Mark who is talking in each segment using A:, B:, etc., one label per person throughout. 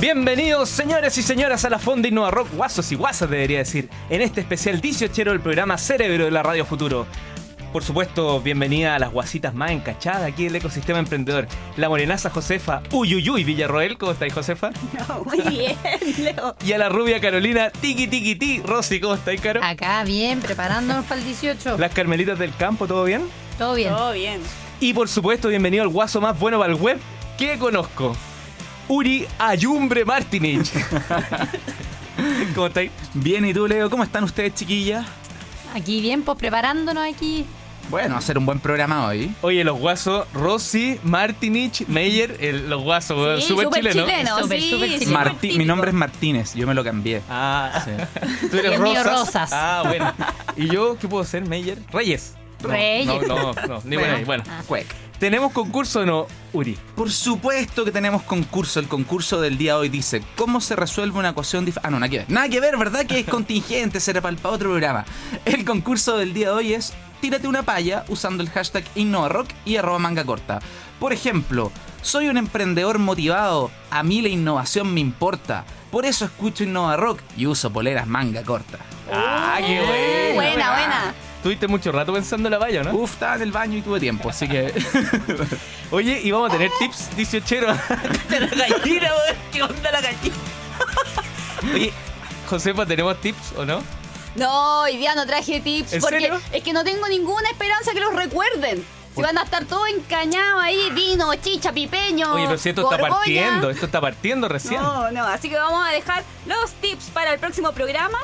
A: Bienvenidos, señores y señoras, a la Fonda Innova Rock, guasos y guasas, debería decir, en este especial 18 del programa Cerebro de la Radio Futuro. Por supuesto, bienvenida a las guasitas más encachadas aquí del ecosistema emprendedor. La morenaza Josefa Uyuyuy Villarroel, ¿cómo estáis, Josefa?
B: No, muy bien, Leo.
A: Y a la rubia Carolina Tiki Tiki Ti, Rosy, ¿cómo estáis, Caro?
C: Acá bien, preparándonos para el 18.
A: Las carmelitas del campo, ¿todo bien?
C: Todo bien.
B: Todo bien.
A: Y por supuesto, bienvenido al guaso más bueno para el web que conozco, Uri Ayumbre Martinich. ¿Cómo estáis?
D: Bien, ¿y tú, Leo? ¿Cómo están ustedes, chiquillas?
C: Aquí bien, pues preparándonos aquí.
D: Bueno, hacer un buen programa hoy.
A: Oye, los guasos, Rosy, Martinich, Meyer, el- los guasos, weón,
B: Sí,
A: Eh, súper
B: súper
A: chileno.
B: chileno,
C: Súper,
B: sí,
C: súper
B: súper
C: chileno.
D: Marti- mi
B: típico.
D: nombre es Martínez, yo me lo cambié.
A: Ah,
D: Sí.
A: tú
C: Y
A: eres
C: el mío,
A: Rosas.
C: Rosas.
A: Ah, bueno. ¿Y yo qué puedo ser, Meyer? Reyes.
C: Reyes.
A: No, no, no, no, ni bueno, ahí,
B: Ah.
A: bueno.
D: Cuec.
A: ¿Tenemos concurso o no, Uri?
D: Por supuesto que tenemos concurso. El concurso del día de hoy dice: ¿Cómo se resuelve una ecuación dif- Ah, no, nada que ver. Nada que ver, ¿verdad? Que es contingente, será para otro programa. El concurso del día de hoy es: tírate una palla usando el hashtag InnovaRock y arroba manga corta. Por ejemplo, soy un emprendedor motivado. A mí la innovación me importa. Por eso escucho InnovaRock y uso poleras manga corta.
A: Ah, qué
B: Buena,
A: bueno.
B: Uh,
A: Ah.
B: buena. Uh.
A: Tuviste mucho rato pensando en la valla, ¿no?
D: Uf, estaba en el baño y tuve tiempo, así que.
A: Oye, y vamos a tener tips 18
B: la gallina, ¿Qué onda la gallina?
A: Oye, Josefa, ¿tenemos tips o no?
B: No, hoy día no traje tips.
A: ¿En
B: porque
A: serio?
B: es que no tengo ninguna esperanza que los recuerden. Si
A: Por-
B: van a estar todos encañados ahí, vino, chicha, pipeño.
A: Oye, pero si esto está
B: gorgoña.
A: partiendo, esto está partiendo recién.
B: No, no, así que vamos a dejar los tips para el próximo programa.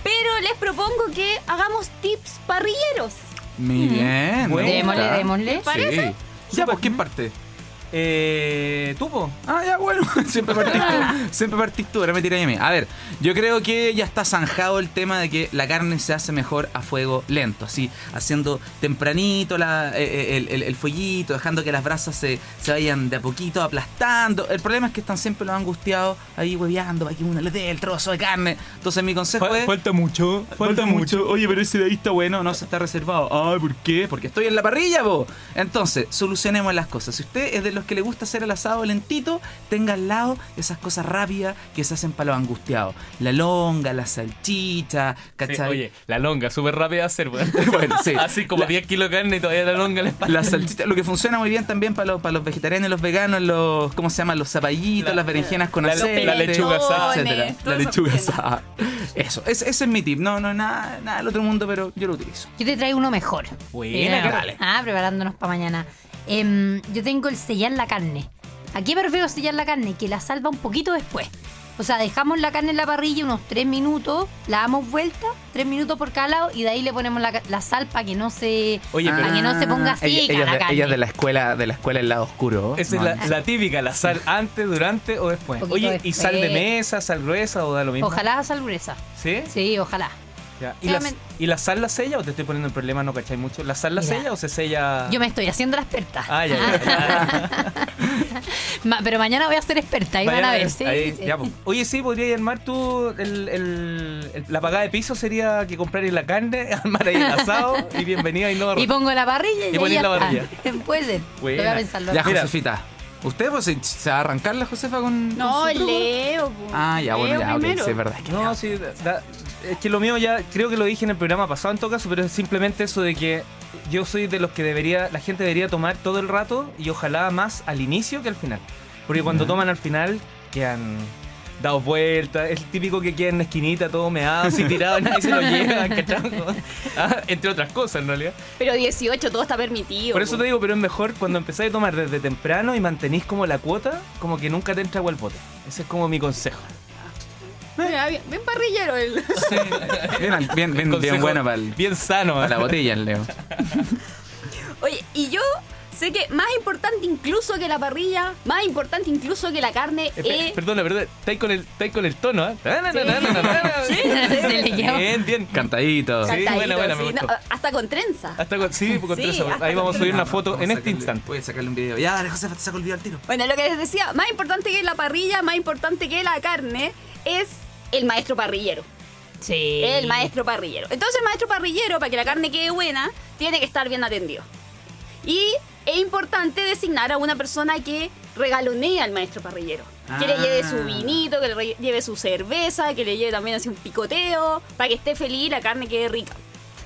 B: Pero les propongo que hagamos tips parrilleros.
D: Muy bien. me
C: Démosle,
D: gusta.
C: démosle.
B: parece?
D: Sí. Ya, pues, ¿quién parte?
A: Eh, ¿Tupo?
D: Ah, ya, bueno, siempre partís tú. Siempre partís tú, ahora me tiráis a mí. A ver, yo creo que ya está zanjado el tema de que la carne se hace mejor a fuego lento, así, haciendo tempranito la- eh, eh, el, el- el fueguito, dejando que las brasas se, se vayan de a poquito aplastando. El problema es que están siempre los angustiados ahí hueveando para que uno les dé el trozo de carne. Entonces, mi consejo
A: Fal-
D: es.
A: falta mucho,
D: Falta mucho. Oye, pero ese de ahí está bueno, no se está reservado. Ay, ¿por qué? Porque estoy en la parrilla, po. Entonces, solucionemos las cosas. Si usted es de los que le gusta hacer el asado lentito, tenga al lado esas cosas rápidas que se hacen para los angustiados. La longa, la salchicha,
A: Sí,
D: ¿cachai?
A: oye, la longa, súper rápida de hacer, weón.
D: Bueno, sí.
A: Así como
D: La-
A: 10 kilos de carne y todavía la longa le espalda.
D: La salchicha, lo que funciona muy bien también para los, para los vegetarianos, los veganos, los, ¿cómo se llama? Los zapallitos,
A: La-
D: las berenjenas con
A: la- la
D: aceite.
A: lechuga asada.
D: etcétera.
B: Todo
D: La
B: eso
D: lechuga
B: funciona.
D: asada. Eso, ese, ese es mi tip. No, no, nada, nada del otro mundo, pero yo lo utilizo.
C: Yo te traigo uno mejor.
A: Buena,
C: Primero.
A: dale.
C: Ah, preparándonos para mañana. Em, yo tengo el sellar la carne. ¿A qué me refiero sellar la carne? Que la salva un poquito después. O sea, dejamos la carne en la parrilla unos 3 minutos, la damos vuelta, 3 minutos por cada lado y de ahí le ponemos la, ca- la sal para que no se
A: Oye,
C: para
A: pero-
C: que no se ponga
D: Ah, ella-
C: así
D: ella,
C: la
D: de-
C: carne.
D: ella de la escuela, de la escuela del lado oscuro.
A: Esa es
D: ¿no?
A: la, la típica, la sal antes, durante o después.
C: Poquito
A: Oye, ¿y
C: después.
A: sal de mesa, sal gruesa o da lo mismo?
C: Ojalá sal gruesa.
A: ¿Sí?
C: Sí, ojalá.
A: Ya. ¿Y, la,
B: Solamente-
A: ¿Y la sal la sella o te estoy poniendo en problema? No cachai mucho. ¿La sal la
C: Mira.
A: sella o se sella...?
C: Yo me estoy haciendo la experta.
A: Ah, ya, ya, ya.
C: Ma- pero mañana voy a ser experta, ahí van
A: Vaya,
C: a ver. Sí,
A: ahí,
C: sí.
A: ya, po. Oye, sí, podría armar tú el, el- el- la pagada de piso sería que compraras la carne, armar ahí el asado y bienvenida y no
C: Y pongo la parrilla
A: Y
C: y, ahí
A: ponés
C: ya
A: la
C: está. Puede ser. Lo voy
A: Buena.
C: a pensarlo.
D: Ya,
A: Mira.
D: Josefita. ¿Usted pues, se, se va a arrancar la Josefa con.?
B: No,
D: con su truco?
B: Leo. po.
D: Ah, ya, bueno,
B: Leo
D: ya, ok,
B: primero.
D: sí, es verdad. es que-
A: No, sí, da- es que lo mío ya, creo que lo dije en el programa pasado en todo caso, pero es simplemente eso de que yo soy de los que debería, la gente debería tomar todo el rato y ojalá más al inicio que al final. Porque cuando toman al final, quedan dados vueltas, es el típico que queda en la esquinita, todo meado, así tirado, nadie se lo lleva, ¿cachai? Ah, Entre otras cosas, en realidad.
B: Pero 18, todo está permitido.
A: Por eso
B: po.
A: te digo, pero es mejor cuando empezáis a tomar desde temprano y mantenís como la cuota, como que nunca te entra agua al bote. Ese es como mi consejo.
B: Mira, bien, bien parrillero el.
D: Sí, bien, al- bien, bien, bien
A: Consejo
D: bueno para, el-
A: Bien sano.
D: para la botella, Leo.
B: Oye, y yo sé que más importante incluso que la parrilla, más importante incluso que la carne
A: Espe-
B: es.
A: Perdona, perdona, estáis con el, estáis con el tono, ¿ah? Tanananananana.
B: Sí.
C: Se le quedó.
A: Bien, bien.
D: Cantadito.
A: Sí.
B: Cantadito,
A: buena, buena, me
B: sí,
A: gustó.
B: no, hasta con trenza.
A: Hasta con, sí, con
B: Sí,
A: tres sabores.
B: hasta
A: Ahí
B: con
A: vamos a subir
B: tres
A: una
D: Vamos,
A: foto
D: vamos
A: en
D: a
A: este
D: sacarle-
A: instante.
D: Voy a sacarle un video. Ya, dale, Josefa, te saco el video al tiro.
B: Bueno, lo que les decía, más importante que la parrilla, más importante que la carne, es el maestro parrillero.
C: Sí.
B: El maestro parrillero. Entonces el maestro parrillero, para que la carne quede buena, tiene que estar bien atendido. Y es importante designar a una persona que regalonea al maestro parrillero. Que le
D: Ah.
B: lleve su vinito, que le re- lleve su cerveza, que le lleve también así un picoteo, para que esté feliz y la carne quede rica.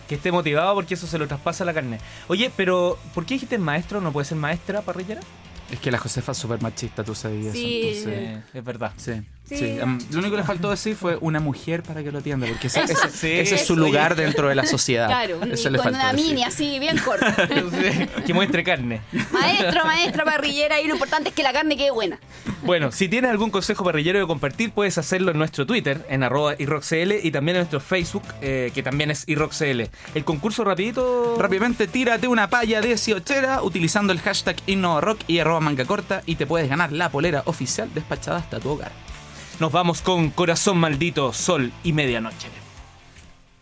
A: Que esté motivado porque eso se lo traspasa la carne. Oye, pero ¿por qué dijiste maestro? ¿No puede ser maestra parrillera?
D: Es que la Josefa es súper machista, tú sabías.
B: Sí.
D: eso, entonces-
A: Eh, es verdad.
D: Sí.
B: Sí.
D: sí. Um, lo único que le faltó decir fue una mujer para que lo atienda, porque ese, ese-
A: Sí,
D: ese es su
A: oye.
D: lugar dentro de la sociedad.
B: Claro, un-
D: Eso
B: con
D: le faltó
B: una
D: decir.
B: mini así, bien corta.
A: que muestre carne.
B: Maestro, maestra parrillera, y lo importante es que la carne quede buena.
A: Bueno, si tienes algún consejo parrillero de compartir, puedes hacerlo en nuestro Twitter, en arroba irroxl, y también en nuestro Facebook, eh, que también es irroxl. El concurso rapidito...
D: Rápidamente tírate una palla de ociochera utilizando el hashtag InnovaRock y arroba manga corta y te puedes ganar la polera oficial despachada hasta tu hogar.
A: Nos vamos con Corazón Maldito, Sol y Medianoche.